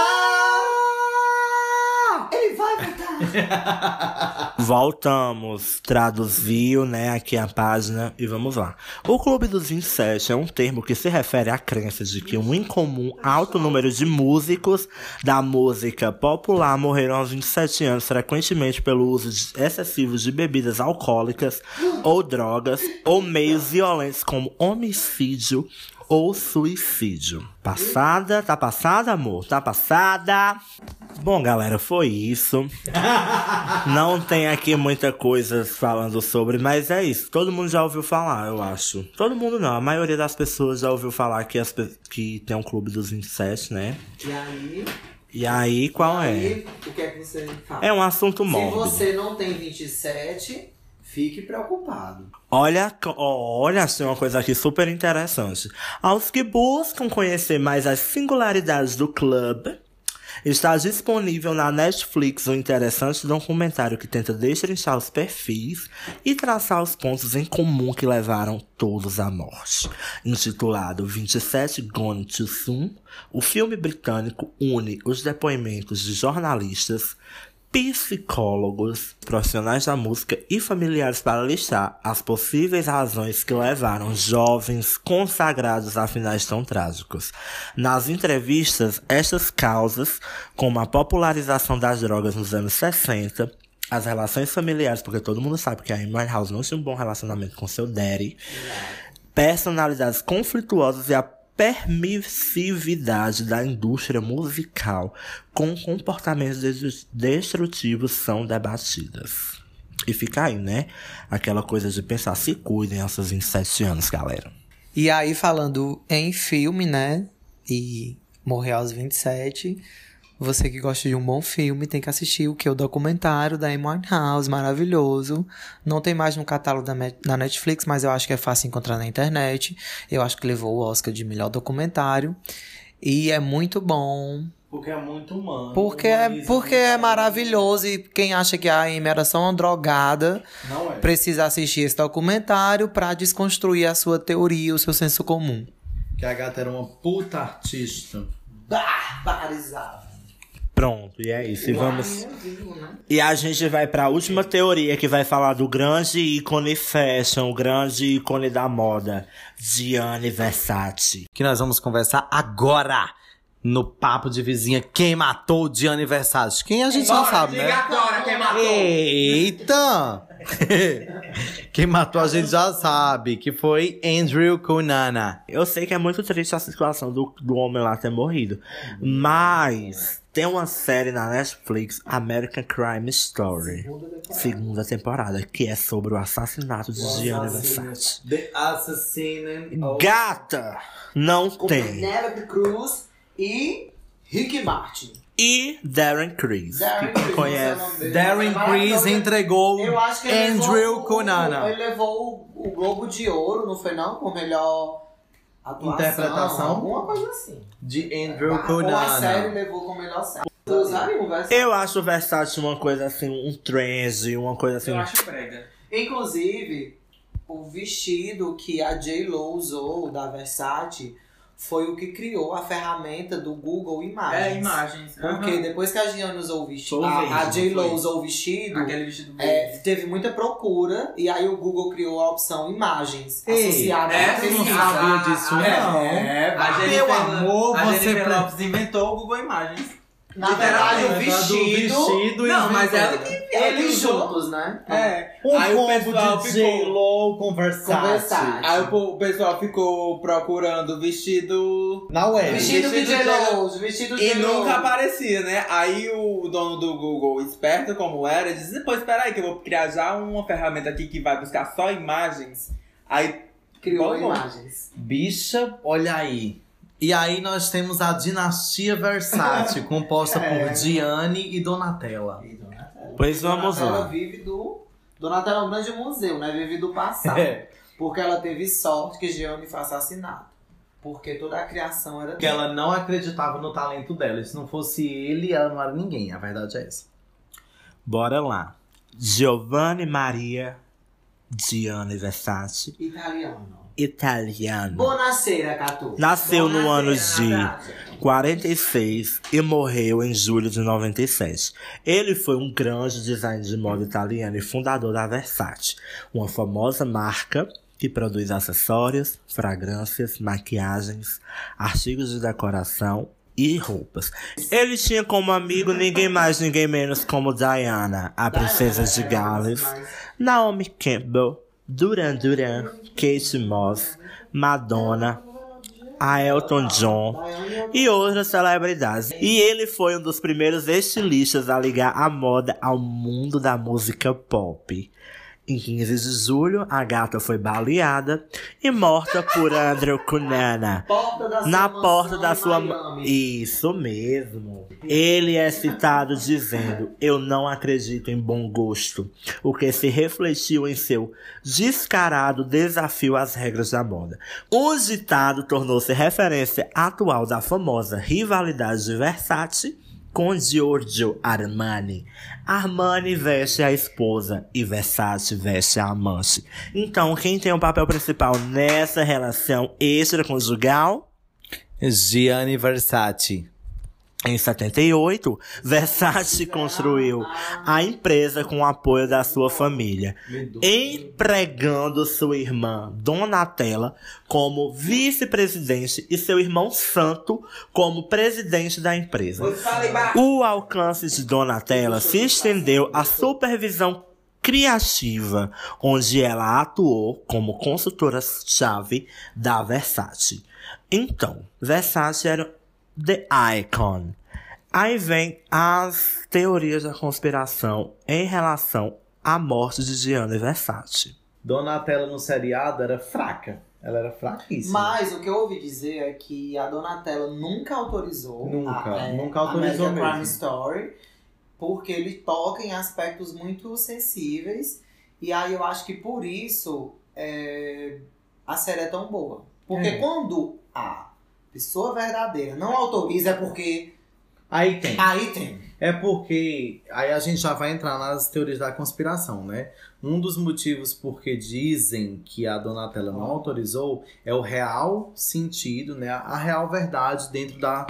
[SPEAKER 6] Ele vai voltar.
[SPEAKER 2] Voltamos, traduziu, né, aqui a página e vamos lá. O Clube dos 27 é um termo que se refere à crença de que um incomum alto número de músicos da música popular morreram aos 27 anos, frequentemente pelo uso de- excessivo de bebidas alcoólicas ou drogas ou meios violentos como homicídio ou suicídio. Passada, tá passada, amor? Tá passada? Bom, galera, foi isso. Não tem aqui muita coisa falando sobre, mas é isso. Todo mundo já ouviu falar, eu acho. Todo mundo não, a maioria das pessoas já ouviu falar que, as pe- que tem um clube dos 27, né?
[SPEAKER 6] E aí,
[SPEAKER 2] E aí, qual é?
[SPEAKER 6] e o que é que você fala?
[SPEAKER 2] É um assunto
[SPEAKER 6] Se
[SPEAKER 2] mórbido.
[SPEAKER 6] você não tem 27, fique preocupado.
[SPEAKER 2] Olha, co- ó, olha, tem uma coisa aqui super interessante. Aos que buscam conhecer mais as singularidades do clube, está disponível na Netflix um interessante documentário que tenta destrinchar os perfis e traçar os pontos em comum que levaram todos à morte. Intitulado 27 Gone Too Soon, o filme britânico une os depoimentos de jornalistas psicólogos, profissionais da música e familiares para listar as possíveis razões que levaram jovens consagrados a finais tão trágicos. Nas entrevistas, estas causas, como a popularização das drogas nos anos 60, as relações familiares, porque todo mundo sabe que a Amy House não tinha um bom relacionamento com seu daddy, personalidades conflituosas e a permissividade da indústria musical com comportamentos des- destrutivos são debatidas. E fica aí, né? Aquela coisa de pensar, se cuidem aos seus 27 anos, galera.
[SPEAKER 8] E aí, falando em filme, né? E morrer aos 27. Você que gosta de um bom filme tem que assistir o que? O documentário da Amy House, maravilhoso. Não tem mais no catálogo da, Met- da Netflix, mas eu acho que é fácil encontrar na internet. Eu acho que levou o Oscar de melhor documentário. E é muito bom.
[SPEAKER 3] Porque é muito humano.
[SPEAKER 8] Porque é,
[SPEAKER 3] humaniza
[SPEAKER 8] porque
[SPEAKER 3] muito.
[SPEAKER 8] é maravilhoso. E quem acha que a Amy era só uma drogada
[SPEAKER 3] Não é.
[SPEAKER 8] precisa assistir esse documentário pra desconstruir a sua teoria, o seu senso comum.
[SPEAKER 3] Que a gata era uma puta artista.
[SPEAKER 6] Barbarizado.
[SPEAKER 2] Pronto, e é isso. E vamos.
[SPEAKER 6] Amiguinho, né?
[SPEAKER 2] E a gente vai pra última teoria que vai falar do grande ícone fashion, o grande ícone da moda, Gianni Versace.
[SPEAKER 7] que nós vamos conversar agora no Papo de Vizinha. Quem matou de aniversário? Quem a gente já sabe, né?
[SPEAKER 4] agora, quem matou?
[SPEAKER 7] Eita! Quem matou a gente já sabe, que foi Andrew Cunana.
[SPEAKER 2] Eu sei que é muito triste a situação do, do homem lá ter morrido, mas tem uma série na Netflix, American Crime Story, segunda temporada, que é sobre o assassinato de Gianni Versace.
[SPEAKER 3] The Assassin. né? of-
[SPEAKER 2] Gata! Não
[SPEAKER 6] Com
[SPEAKER 2] tem.
[SPEAKER 6] Penélope Cruz e Rick Martin.
[SPEAKER 2] E Darren Criss.
[SPEAKER 6] Darren
[SPEAKER 2] que
[SPEAKER 6] Criss, é o nome
[SPEAKER 2] conhece.
[SPEAKER 6] dele. então,
[SPEAKER 7] Darren Criss entregou
[SPEAKER 6] Eu acho que ele levou
[SPEAKER 7] Andrew
[SPEAKER 6] o-
[SPEAKER 7] Cunana.
[SPEAKER 6] Ele levou o, o Globo de Ouro, não foi não? Com melhor atuação,
[SPEAKER 3] Interpretação?
[SPEAKER 6] Alguma coisa assim.
[SPEAKER 3] De Andrew
[SPEAKER 6] Ou a série
[SPEAKER 3] Cunana.
[SPEAKER 6] levou com melhor série. Eu usaria um verso.
[SPEAKER 2] Eu acho o Versace uma coisa assim, um trend, uma coisa assim.
[SPEAKER 5] Eu acho prega.
[SPEAKER 6] Inclusive, o vestido que a J-Lo usou da Versace foi o que criou a ferramenta do Google Imagens.
[SPEAKER 4] É, imagens.
[SPEAKER 6] Porque
[SPEAKER 4] aham.
[SPEAKER 6] depois que a Gianni usou o vestido,
[SPEAKER 4] Foi o
[SPEAKER 6] a, a
[SPEAKER 4] verde,
[SPEAKER 6] J-Lo
[SPEAKER 4] foi.
[SPEAKER 6] usou o vestido,
[SPEAKER 4] Aquele vestido
[SPEAKER 6] é,
[SPEAKER 4] verde.
[SPEAKER 6] teve muita procura e aí o Google criou a opção Imagens
[SPEAKER 3] Ei,
[SPEAKER 6] associada
[SPEAKER 4] é,
[SPEAKER 6] à
[SPEAKER 4] sim,
[SPEAKER 6] pesquisa.
[SPEAKER 4] a-
[SPEAKER 3] Sabia disso,
[SPEAKER 4] é,
[SPEAKER 3] não.
[SPEAKER 4] é, a
[SPEAKER 7] Ah,
[SPEAKER 3] Ah, Meu
[SPEAKER 4] Jennifer-
[SPEAKER 3] amor,
[SPEAKER 4] a
[SPEAKER 3] você...
[SPEAKER 4] Jennifer
[SPEAKER 3] pre-
[SPEAKER 4] Lopes inventou o Google Imagens.
[SPEAKER 6] Na
[SPEAKER 7] É,
[SPEAKER 6] verdade,
[SPEAKER 7] tá
[SPEAKER 6] o
[SPEAKER 3] Levanta do
[SPEAKER 6] vestido,
[SPEAKER 3] vestido e
[SPEAKER 4] Não, mas é
[SPEAKER 3] inventou.
[SPEAKER 4] ela que...
[SPEAKER 6] eles juntos, né?
[SPEAKER 4] É.
[SPEAKER 3] Um
[SPEAKER 4] Aí o pessoal
[SPEAKER 3] combo de
[SPEAKER 4] ficou-
[SPEAKER 3] J-Lo com Versace.
[SPEAKER 6] Versace.
[SPEAKER 4] Aí o po- o pessoal ficou procurando o vestido...
[SPEAKER 3] Na web.
[SPEAKER 6] Vestido de
[SPEAKER 4] Vestido de
[SPEAKER 6] J-Lo, vestido de
[SPEAKER 4] E
[SPEAKER 6] J-Lo.
[SPEAKER 4] nunca aparecia, né? Aí o dono do Google, esperto como era, disse: Pô, espera aí, que eu vou criar já uma ferramenta aqui que vai buscar só imagens. Aí
[SPEAKER 6] criou
[SPEAKER 4] Bom, bom.
[SPEAKER 6] Imagens.
[SPEAKER 3] Bicha, olha aí.
[SPEAKER 7] E aí nós temos a dinastia Versace, composta
[SPEAKER 6] É.
[SPEAKER 7] por Diane e Donatella.
[SPEAKER 2] Pois vamos
[SPEAKER 6] Donatella
[SPEAKER 2] lá.
[SPEAKER 6] vive do. Donatella é um grande museu, né? Vive do passado.
[SPEAKER 3] É.
[SPEAKER 6] Porque ela teve sorte que Gianni foi assassinado. Porque toda a criação era
[SPEAKER 3] Porque
[SPEAKER 6] dela.
[SPEAKER 3] ela não acreditava no talento dela. E se não fosse ele, ela não era ninguém. A verdade é essa.
[SPEAKER 2] Bora lá. Giovanni Maria Gianni Versace,
[SPEAKER 6] Italiano.
[SPEAKER 2] italiano.
[SPEAKER 6] Bonacera, Catu.
[SPEAKER 2] Nasceu no ano de
[SPEAKER 6] Bonacera,
[SPEAKER 2] 46 e morreu em julho de 97. Ele foi um grande designer de moda italiano e fundador da Versace, uma famosa marca que produz acessórios, fragrâncias, maquiagens, artigos de decoração e roupas. Ele tinha como amigo ninguém mais, ninguém menos como Diana, a princesa de Gales, Naomi Campbell, Duran Duran, Kate Moss, Madonna, a Elton John e outras celebridades. E ele foi um dos primeiros estilistas a ligar a moda ao mundo da música pop. Em 15 de julho, a gata foi baleada e morta por Andrew Cunana
[SPEAKER 6] Porta da sua
[SPEAKER 2] na
[SPEAKER 6] mansão
[SPEAKER 2] porta da
[SPEAKER 6] em
[SPEAKER 2] sua ma-
[SPEAKER 6] Miami.
[SPEAKER 2] isso mesmo ele é citado dizendo eu não acredito em bom gosto o que se refletiu em seu descarado desafio às regras da moda o ditado tornou-se referência atual da famosa rivalidade de Versace com Giorgio Armani. Armani veste a esposa e Versace veste a amante. Então, quem tem o papel principal nessa relação extraconjugal?
[SPEAKER 7] Gianni Versace.
[SPEAKER 2] Em 78, Versace construiu a empresa com o apoio da sua família, empregando sua irmã Donatella como vice-presidente e seu irmão Santo como presidente da empresa. O alcance de Donatella se estendeu à supervisão criativa, onde ela atuou como consultora-chave da Versace. Então, Versace era The Icon. Aí vem as teorias da conspiração em relação à morte de Gianni Versace.
[SPEAKER 3] Donatella no seriado era fraca. Ela era fraquíssima.
[SPEAKER 6] Mas o que eu ouvi dizer é que a Donatella nunca autorizou
[SPEAKER 3] Nunca,
[SPEAKER 6] a,
[SPEAKER 3] nunca autorizou
[SPEAKER 6] a American Crime
[SPEAKER 3] mesmo.
[SPEAKER 6] Story, porque ele toca em aspectos muito sensíveis. E aí eu acho que por isso é, a série é tão boa. Porque quando a pessoa verdadeira não autoriza, é porque
[SPEAKER 3] Aí tem.
[SPEAKER 6] aí tem.
[SPEAKER 3] É porque aí a gente já vai entrar nas teorias da conspiração, né? Um dos motivos porque dizem que a Donatella não autorizou é o real sentido, né? A real verdade dentro da,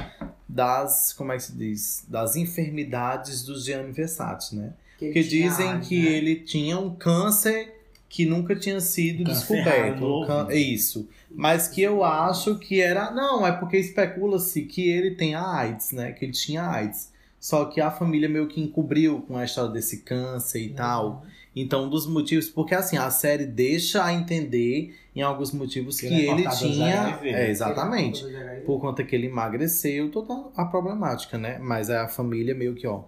[SPEAKER 3] das, como é que se diz? Das enfermidades do Gianni Versace, né?
[SPEAKER 6] ele
[SPEAKER 3] Porque
[SPEAKER 6] tinha
[SPEAKER 3] dizem
[SPEAKER 6] AIDS,
[SPEAKER 3] que
[SPEAKER 6] né?
[SPEAKER 3] ele tinha um câncer que nunca tinha sido
[SPEAKER 5] Câncer
[SPEAKER 3] descoberto.
[SPEAKER 5] raro,
[SPEAKER 3] Um cân- Isso. Mas que eu acho que era. Não, é porque especula-se que ele tem a AIDS, né? Que ele tinha AIDS. Só que a família meio que encobriu com a história desse câncer
[SPEAKER 6] Uhum.
[SPEAKER 3] e tal. Então, um dos motivos. Porque assim, a série deixa a entender, em alguns motivos, que,
[SPEAKER 2] ele é
[SPEAKER 3] ele
[SPEAKER 2] portador de
[SPEAKER 3] tinha.
[SPEAKER 2] HIV.
[SPEAKER 3] É, exatamente.
[SPEAKER 6] Ele era
[SPEAKER 3] Por conta que ele emagreceu, toda a problemática, né? Mas a família meio que, ó.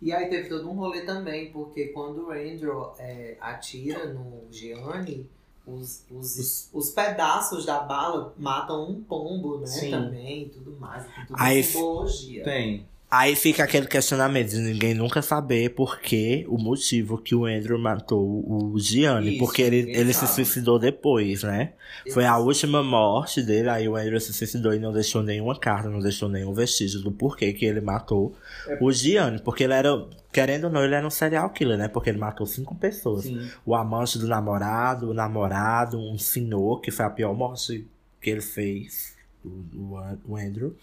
[SPEAKER 6] E aí teve todo um rolê também, porque quando o Andrew é, atira no Gianni, os, os, os pedaços da bala matam um pombo, né?
[SPEAKER 3] Sim.
[SPEAKER 6] Também, e tudo mais. e Tudo
[SPEAKER 2] Aí-
[SPEAKER 6] simbologia.
[SPEAKER 3] Tem.
[SPEAKER 2] Aí fica aquele questionamento de ninguém nunca saber por que o motivo que o Andrew matou o Gianni,
[SPEAKER 3] Isso,
[SPEAKER 2] porque ele,
[SPEAKER 3] ninguém
[SPEAKER 2] ele se
[SPEAKER 3] sabe.
[SPEAKER 2] suicidou depois, né? Foi a última morte dele, aí o Andrew se suicidou e não deixou nenhuma carta, não deixou nenhum vestígio do porquê que ele matou
[SPEAKER 3] É.
[SPEAKER 2] o Gianni, porque ele era, querendo ou não, ele era um serial killer, né? Porque ele matou cinco pessoas.
[SPEAKER 3] Sim.
[SPEAKER 2] o amante do namorado, o namorado, um senhor, que foi a pior morte que ele fez, o, o An- o Andrew,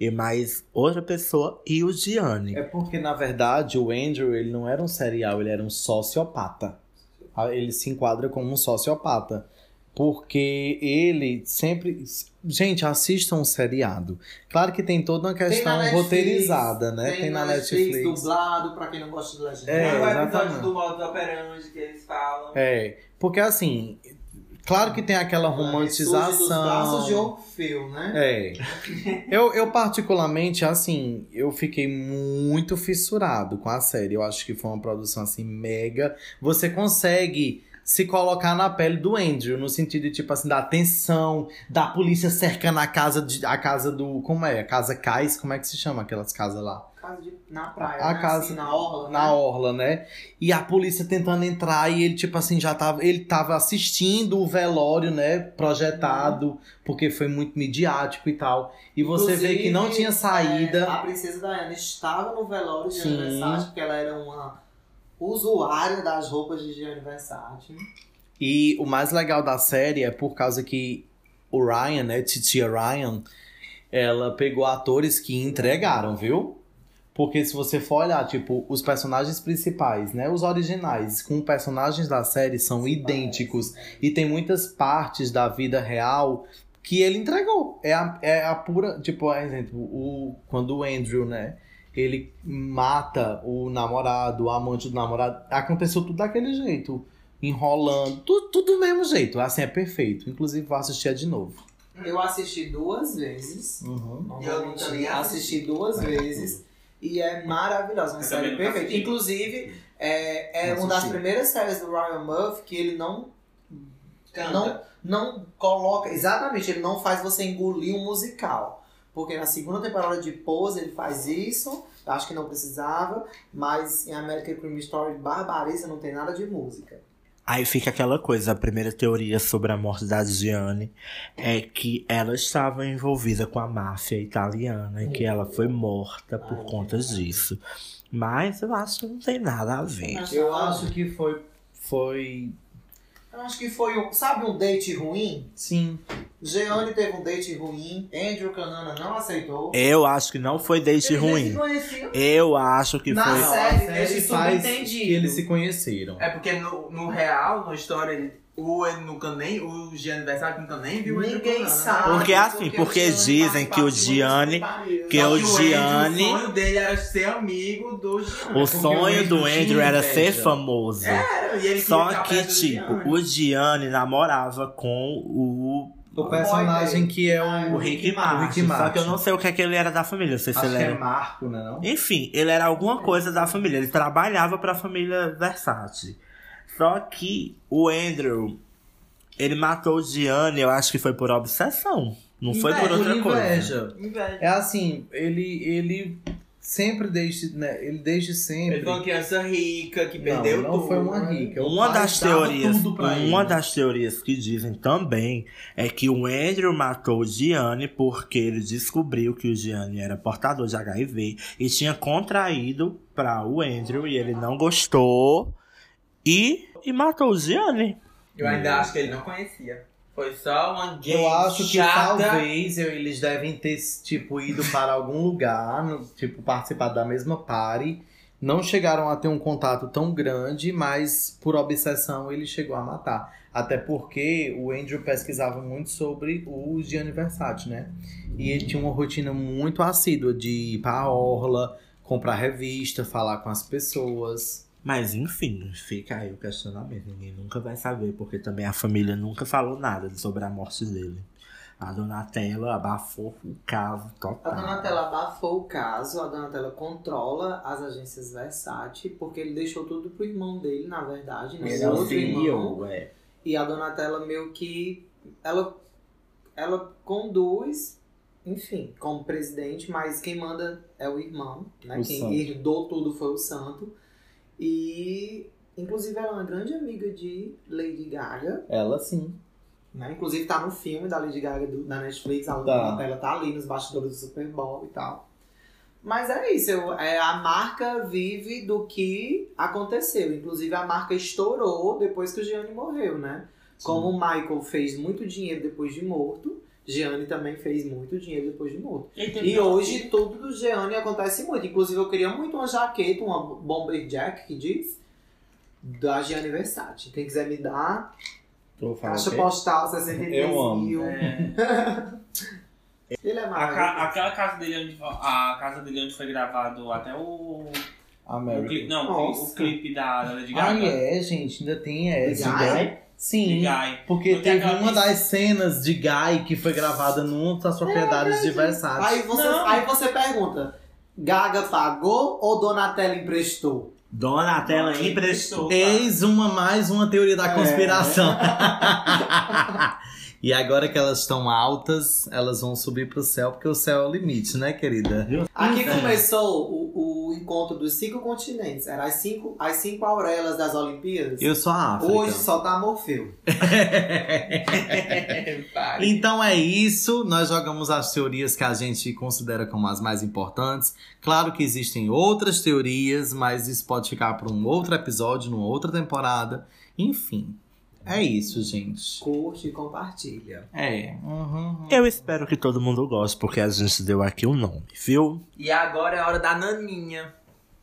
[SPEAKER 2] e mais outra pessoa e o Gianni.
[SPEAKER 3] É porque, na verdade, o Andrew ele não era um serial, ele era um sociopata. Ah, Ele se enquadra como um sociopata. Porque ele sempre. Gente, assistam um seriado. Claro que tem toda uma
[SPEAKER 6] Tem
[SPEAKER 3] questão
[SPEAKER 6] na Netflix,
[SPEAKER 3] roteirizada, né? Tem, na Netflix.
[SPEAKER 6] dublado, pra quem não gosta de legenda. né?
[SPEAKER 3] É,
[SPEAKER 4] Tem o episódio
[SPEAKER 3] exatamente.
[SPEAKER 4] do modo operante que eles falam.
[SPEAKER 3] É. Porque assim, claro que tem aquela
[SPEAKER 6] Surge dos braços de
[SPEAKER 3] romantização.
[SPEAKER 6] Orfeu, né?
[SPEAKER 3] É. Eu, eu, particularmente, assim, eu fiquei muito fissurado com a série. Eu acho que foi uma produção, assim, mega. Você consegue se colocar na pele do Andrew, no sentido de, tipo assim, da tensão, da polícia cercando a casa, de, a casa do. Como é? A casa Cais? Como é que se chama aquelas casas lá?
[SPEAKER 6] Casa de- na praia,
[SPEAKER 3] A
[SPEAKER 6] né?
[SPEAKER 3] casa-
[SPEAKER 6] Assim, na orla.
[SPEAKER 3] na
[SPEAKER 6] né?
[SPEAKER 3] orla, né? E a polícia tentando entrar e ele tipo assim já tava, ele tava assistindo o velório, né, projetado, porque foi muito midiático e tal. E você vê que não
[SPEAKER 6] Inclusive,
[SPEAKER 3] tinha saída.
[SPEAKER 6] é, a princesa Diana estava no velório de
[SPEAKER 3] Sim.
[SPEAKER 6] aniversário, porque ela era uma usuária das roupas de Gianni Versace.
[SPEAKER 3] E o mais legal da série é por causa que o Ryan, né, Titia Ryan, ela pegou atores que entregaram, viu? Porque se você for olhar, tipo, os personagens principais, né, os originais, com personagens da série são idênticos. E tem muitas partes da vida real que ele entregou. É a, é a pura, tipo, por exemplo, o, quando o Andrew, né, ele mata o namorado, o amante do namorado, aconteceu tudo daquele jeito enrolando, tudo, tudo do mesmo jeito. Assim, é perfeito. Inclusive, vou assistir de novo.
[SPEAKER 6] Eu assisti duas vezes.
[SPEAKER 2] Uhum.
[SPEAKER 6] Não
[SPEAKER 4] Eu
[SPEAKER 6] vou
[SPEAKER 4] nunca
[SPEAKER 6] mentir,
[SPEAKER 4] vi.
[SPEAKER 6] assisti duas vezes. E é maravilhosa, uma
[SPEAKER 5] É. Eu
[SPEAKER 6] série
[SPEAKER 5] também nunca
[SPEAKER 6] perfeita.
[SPEAKER 5] assisti.
[SPEAKER 6] Inclusive, é, é
[SPEAKER 3] Não
[SPEAKER 6] uma das
[SPEAKER 3] assisti.
[SPEAKER 6] primeiras séries do Ryan Murphy que ele não,
[SPEAKER 4] Canta.
[SPEAKER 6] não, não coloca. Exatamente, ele não faz você engolir um musical. Porque na segunda temporada de Pose ele faz isso, eu acho que não precisava, mas em American Crime Story barbariza, não tem nada de música.
[SPEAKER 2] Aí fica aquela coisa, a primeira teoria sobre a morte da Gianni é que ela estava envolvida com a máfia italiana e que ela foi morta por conta disso. Mas eu acho que não tem nada a ver.
[SPEAKER 6] Eu acho
[SPEAKER 3] que foi. Foi.
[SPEAKER 6] Eu acho que foi um. Sabe um date ruim?
[SPEAKER 3] Sim.
[SPEAKER 6] Jeane teve um date ruim. Andrew Canana não aceitou.
[SPEAKER 2] Eu acho que não foi date
[SPEAKER 6] Eles nem se
[SPEAKER 2] ruim.
[SPEAKER 6] conheciam.
[SPEAKER 2] Eu acho que
[SPEAKER 6] Na
[SPEAKER 2] foi.
[SPEAKER 6] série, né?
[SPEAKER 3] É,
[SPEAKER 6] deixa isso
[SPEAKER 3] que eles se conhecido.
[SPEAKER 4] É porque no, no real, na história, ele- o ele nunca nem. O de aniversário nunca nem viu ele tocando,
[SPEAKER 6] Ninguém
[SPEAKER 4] né?
[SPEAKER 6] sabe.
[SPEAKER 2] Porque assim, porque
[SPEAKER 6] Ah, o Jeane
[SPEAKER 2] dizem que
[SPEAKER 6] faz
[SPEAKER 2] o
[SPEAKER 6] parte muito
[SPEAKER 2] Jeane-
[SPEAKER 6] pariu.
[SPEAKER 2] que
[SPEAKER 4] Só
[SPEAKER 2] o
[SPEAKER 4] que
[SPEAKER 2] Gianni-
[SPEAKER 4] Andrew, O sonho dele era ser amigo do Gianni.
[SPEAKER 2] O sonho do Andrew era ser famoso.
[SPEAKER 4] Era, e ele queria
[SPEAKER 2] Só
[SPEAKER 4] ficar
[SPEAKER 2] que,
[SPEAKER 4] perto do
[SPEAKER 2] tipo,
[SPEAKER 4] Gianni.
[SPEAKER 2] o Gianni namorava com o,
[SPEAKER 3] O personagem que é o,
[SPEAKER 2] Ah, o Rick Martin.
[SPEAKER 3] Rick
[SPEAKER 2] Só que eu
[SPEAKER 3] Martin.
[SPEAKER 2] não sei o que é que ele era da família. Não sei se
[SPEAKER 3] Acho
[SPEAKER 2] ele
[SPEAKER 3] que é
[SPEAKER 2] era.
[SPEAKER 3] Marco, né? Não?
[SPEAKER 2] Enfim, ele era alguma coisa da família. Ele trabalhava pra família Versace. Só que o Andrew, ele matou o Gianni, eu acho que foi por obsessão. Não foi por outra coisa.
[SPEAKER 3] inveja. É assim, ele, ele sempre desde. Né, ele desde sempre.
[SPEAKER 4] Ele foi uma criança rica que
[SPEAKER 3] Não,
[SPEAKER 4] perdeu
[SPEAKER 3] não
[SPEAKER 4] tudo. né?
[SPEAKER 3] foi uma rica. O
[SPEAKER 2] Uma
[SPEAKER 3] pai
[SPEAKER 2] das
[SPEAKER 3] dava
[SPEAKER 2] teorias,
[SPEAKER 3] tudo pra
[SPEAKER 2] uma
[SPEAKER 3] ele.
[SPEAKER 2] das teorias que dizem também é que o Andrew matou o Gianni porque ele descobriu que o Gianni era portador de HIV e tinha contraído pra o Andrew e ele não gostou e, e matou o Gianni.
[SPEAKER 4] Eu ainda acho que ele não conhecia. Foi só uma gay
[SPEAKER 3] Eu acho que
[SPEAKER 4] chata.
[SPEAKER 3] talvez eu- eles devem ter, tipo, ido para algum lugar, no- tipo, participar da mesma party. Não chegaram a ter um contato tão grande, mas por obsessão ele chegou a matar. Até porque o Andrew pesquisava muito sobre os de aniversário, né? E ele tinha uma rotina muito assídua de ir pra orla, comprar revista, falar com as pessoas.
[SPEAKER 2] Mas enfim, fica aí o questionamento. Ninguém nunca vai saber, porque também a família nunca falou nada sobre a morte dele. A Donatella abafou o caso
[SPEAKER 6] A
[SPEAKER 2] total.
[SPEAKER 6] Donatella abafou o caso, a Donatella controla as agências Versace, porque ele deixou tudo pro irmão dele, na verdade, né?
[SPEAKER 2] Ele
[SPEAKER 6] Esse
[SPEAKER 2] é o
[SPEAKER 6] outro irmão.
[SPEAKER 2] CEO, é.
[SPEAKER 6] E a Donatella meio que. Ela, ela conduz, enfim, como presidente, mas quem manda é o irmão, né?
[SPEAKER 3] O
[SPEAKER 6] quem
[SPEAKER 3] santo.
[SPEAKER 6] herdou tudo foi o santo. E. Inclusive, ela é uma grande amiga de Lady Gaga,
[SPEAKER 3] Ela sim.
[SPEAKER 6] né? Inclusive, tá no filme da Lady Gaga do- da Netflix, a
[SPEAKER 3] Tá.
[SPEAKER 6] Donatella tá ali nos bastidores do Super Bowl e tal. Mas é isso, eu- é, a marca vive do que aconteceu. Inclusive, a marca estourou depois que o Gianni morreu, né? Como o Michael fez muito dinheiro depois de morto, Gianni também fez muito dinheiro depois de morto. E hoje tudo do Gianni acontece muito. Inclusive, eu queria muito uma jaqueta, uma bomber jack, que diz, da Gianni Versace. Quem quiser me dar,
[SPEAKER 3] Tô falando
[SPEAKER 6] caixa
[SPEAKER 3] que- é
[SPEAKER 6] postal 63
[SPEAKER 3] Eu amo.
[SPEAKER 6] mil.
[SPEAKER 5] É.
[SPEAKER 6] Ele é
[SPEAKER 5] A ca-
[SPEAKER 6] maravilhoso.
[SPEAKER 5] aquela casa dele onde a casa dele onde foi gravado até o, o
[SPEAKER 3] América.
[SPEAKER 5] clipe, não, o cli- o
[SPEAKER 6] Nossa.
[SPEAKER 5] clipe da da Lady
[SPEAKER 3] Ah,
[SPEAKER 5] Gaga.
[SPEAKER 3] é, gente, ainda tem essa.
[SPEAKER 6] Guy?
[SPEAKER 3] Guy? Sim.
[SPEAKER 5] De Guy.
[SPEAKER 3] Porque
[SPEAKER 5] Não tem
[SPEAKER 3] teve
[SPEAKER 5] aquela
[SPEAKER 3] uma
[SPEAKER 5] pista-
[SPEAKER 3] das cenas de Guy que foi gravada numa das propriedades de Versace.
[SPEAKER 6] Aí você,
[SPEAKER 5] Não.
[SPEAKER 6] aí você pergunta, Gaga pagou ou Donatella emprestou?
[SPEAKER 2] Donatella emprestou.
[SPEAKER 3] Eis uma mais uma teoria da
[SPEAKER 6] É.
[SPEAKER 3] conspiração. e agora que elas estão altas, elas vão subir pro céu, porque o céu é o limite, né, querida?
[SPEAKER 6] Aqui
[SPEAKER 5] Hum.
[SPEAKER 6] começou o, o encontro dos cinco continentes. Era as cinco, as cinco aurelas das Olimpíadas.
[SPEAKER 3] Eu sou a África.
[SPEAKER 6] Hoje só tá Morfeu.
[SPEAKER 3] Então é isso, nós jogamos as teorias que a gente considera como as mais importantes. Claro que existem outras teorias, mas isso pode ficar para um outro episódio, numa outra temporada. Enfim, é isso, gente.
[SPEAKER 6] Curte e compartilha.
[SPEAKER 3] É. uhum.
[SPEAKER 2] Eu espero que todo mundo goste, porque a gente deu aqui o nome, viu?
[SPEAKER 4] E agora é a hora da naninha.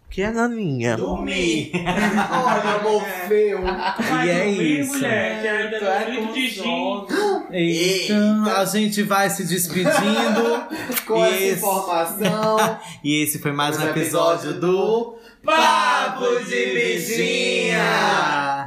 [SPEAKER 2] Que é naninha.
[SPEAKER 4] Dormir.
[SPEAKER 6] Olha, Morfeu!
[SPEAKER 3] E é
[SPEAKER 5] dormir,
[SPEAKER 3] isso.
[SPEAKER 5] mulher, que ainda
[SPEAKER 4] Tu
[SPEAKER 5] não
[SPEAKER 4] é
[SPEAKER 5] grito
[SPEAKER 4] com
[SPEAKER 5] de gin.
[SPEAKER 4] sono.
[SPEAKER 3] Então, a gente vai se despedindo.
[SPEAKER 6] Com
[SPEAKER 3] Isso.
[SPEAKER 6] essa informação,
[SPEAKER 3] e esse foi mais um
[SPEAKER 6] esse
[SPEAKER 3] episódio do
[SPEAKER 4] Papo de Bichinha.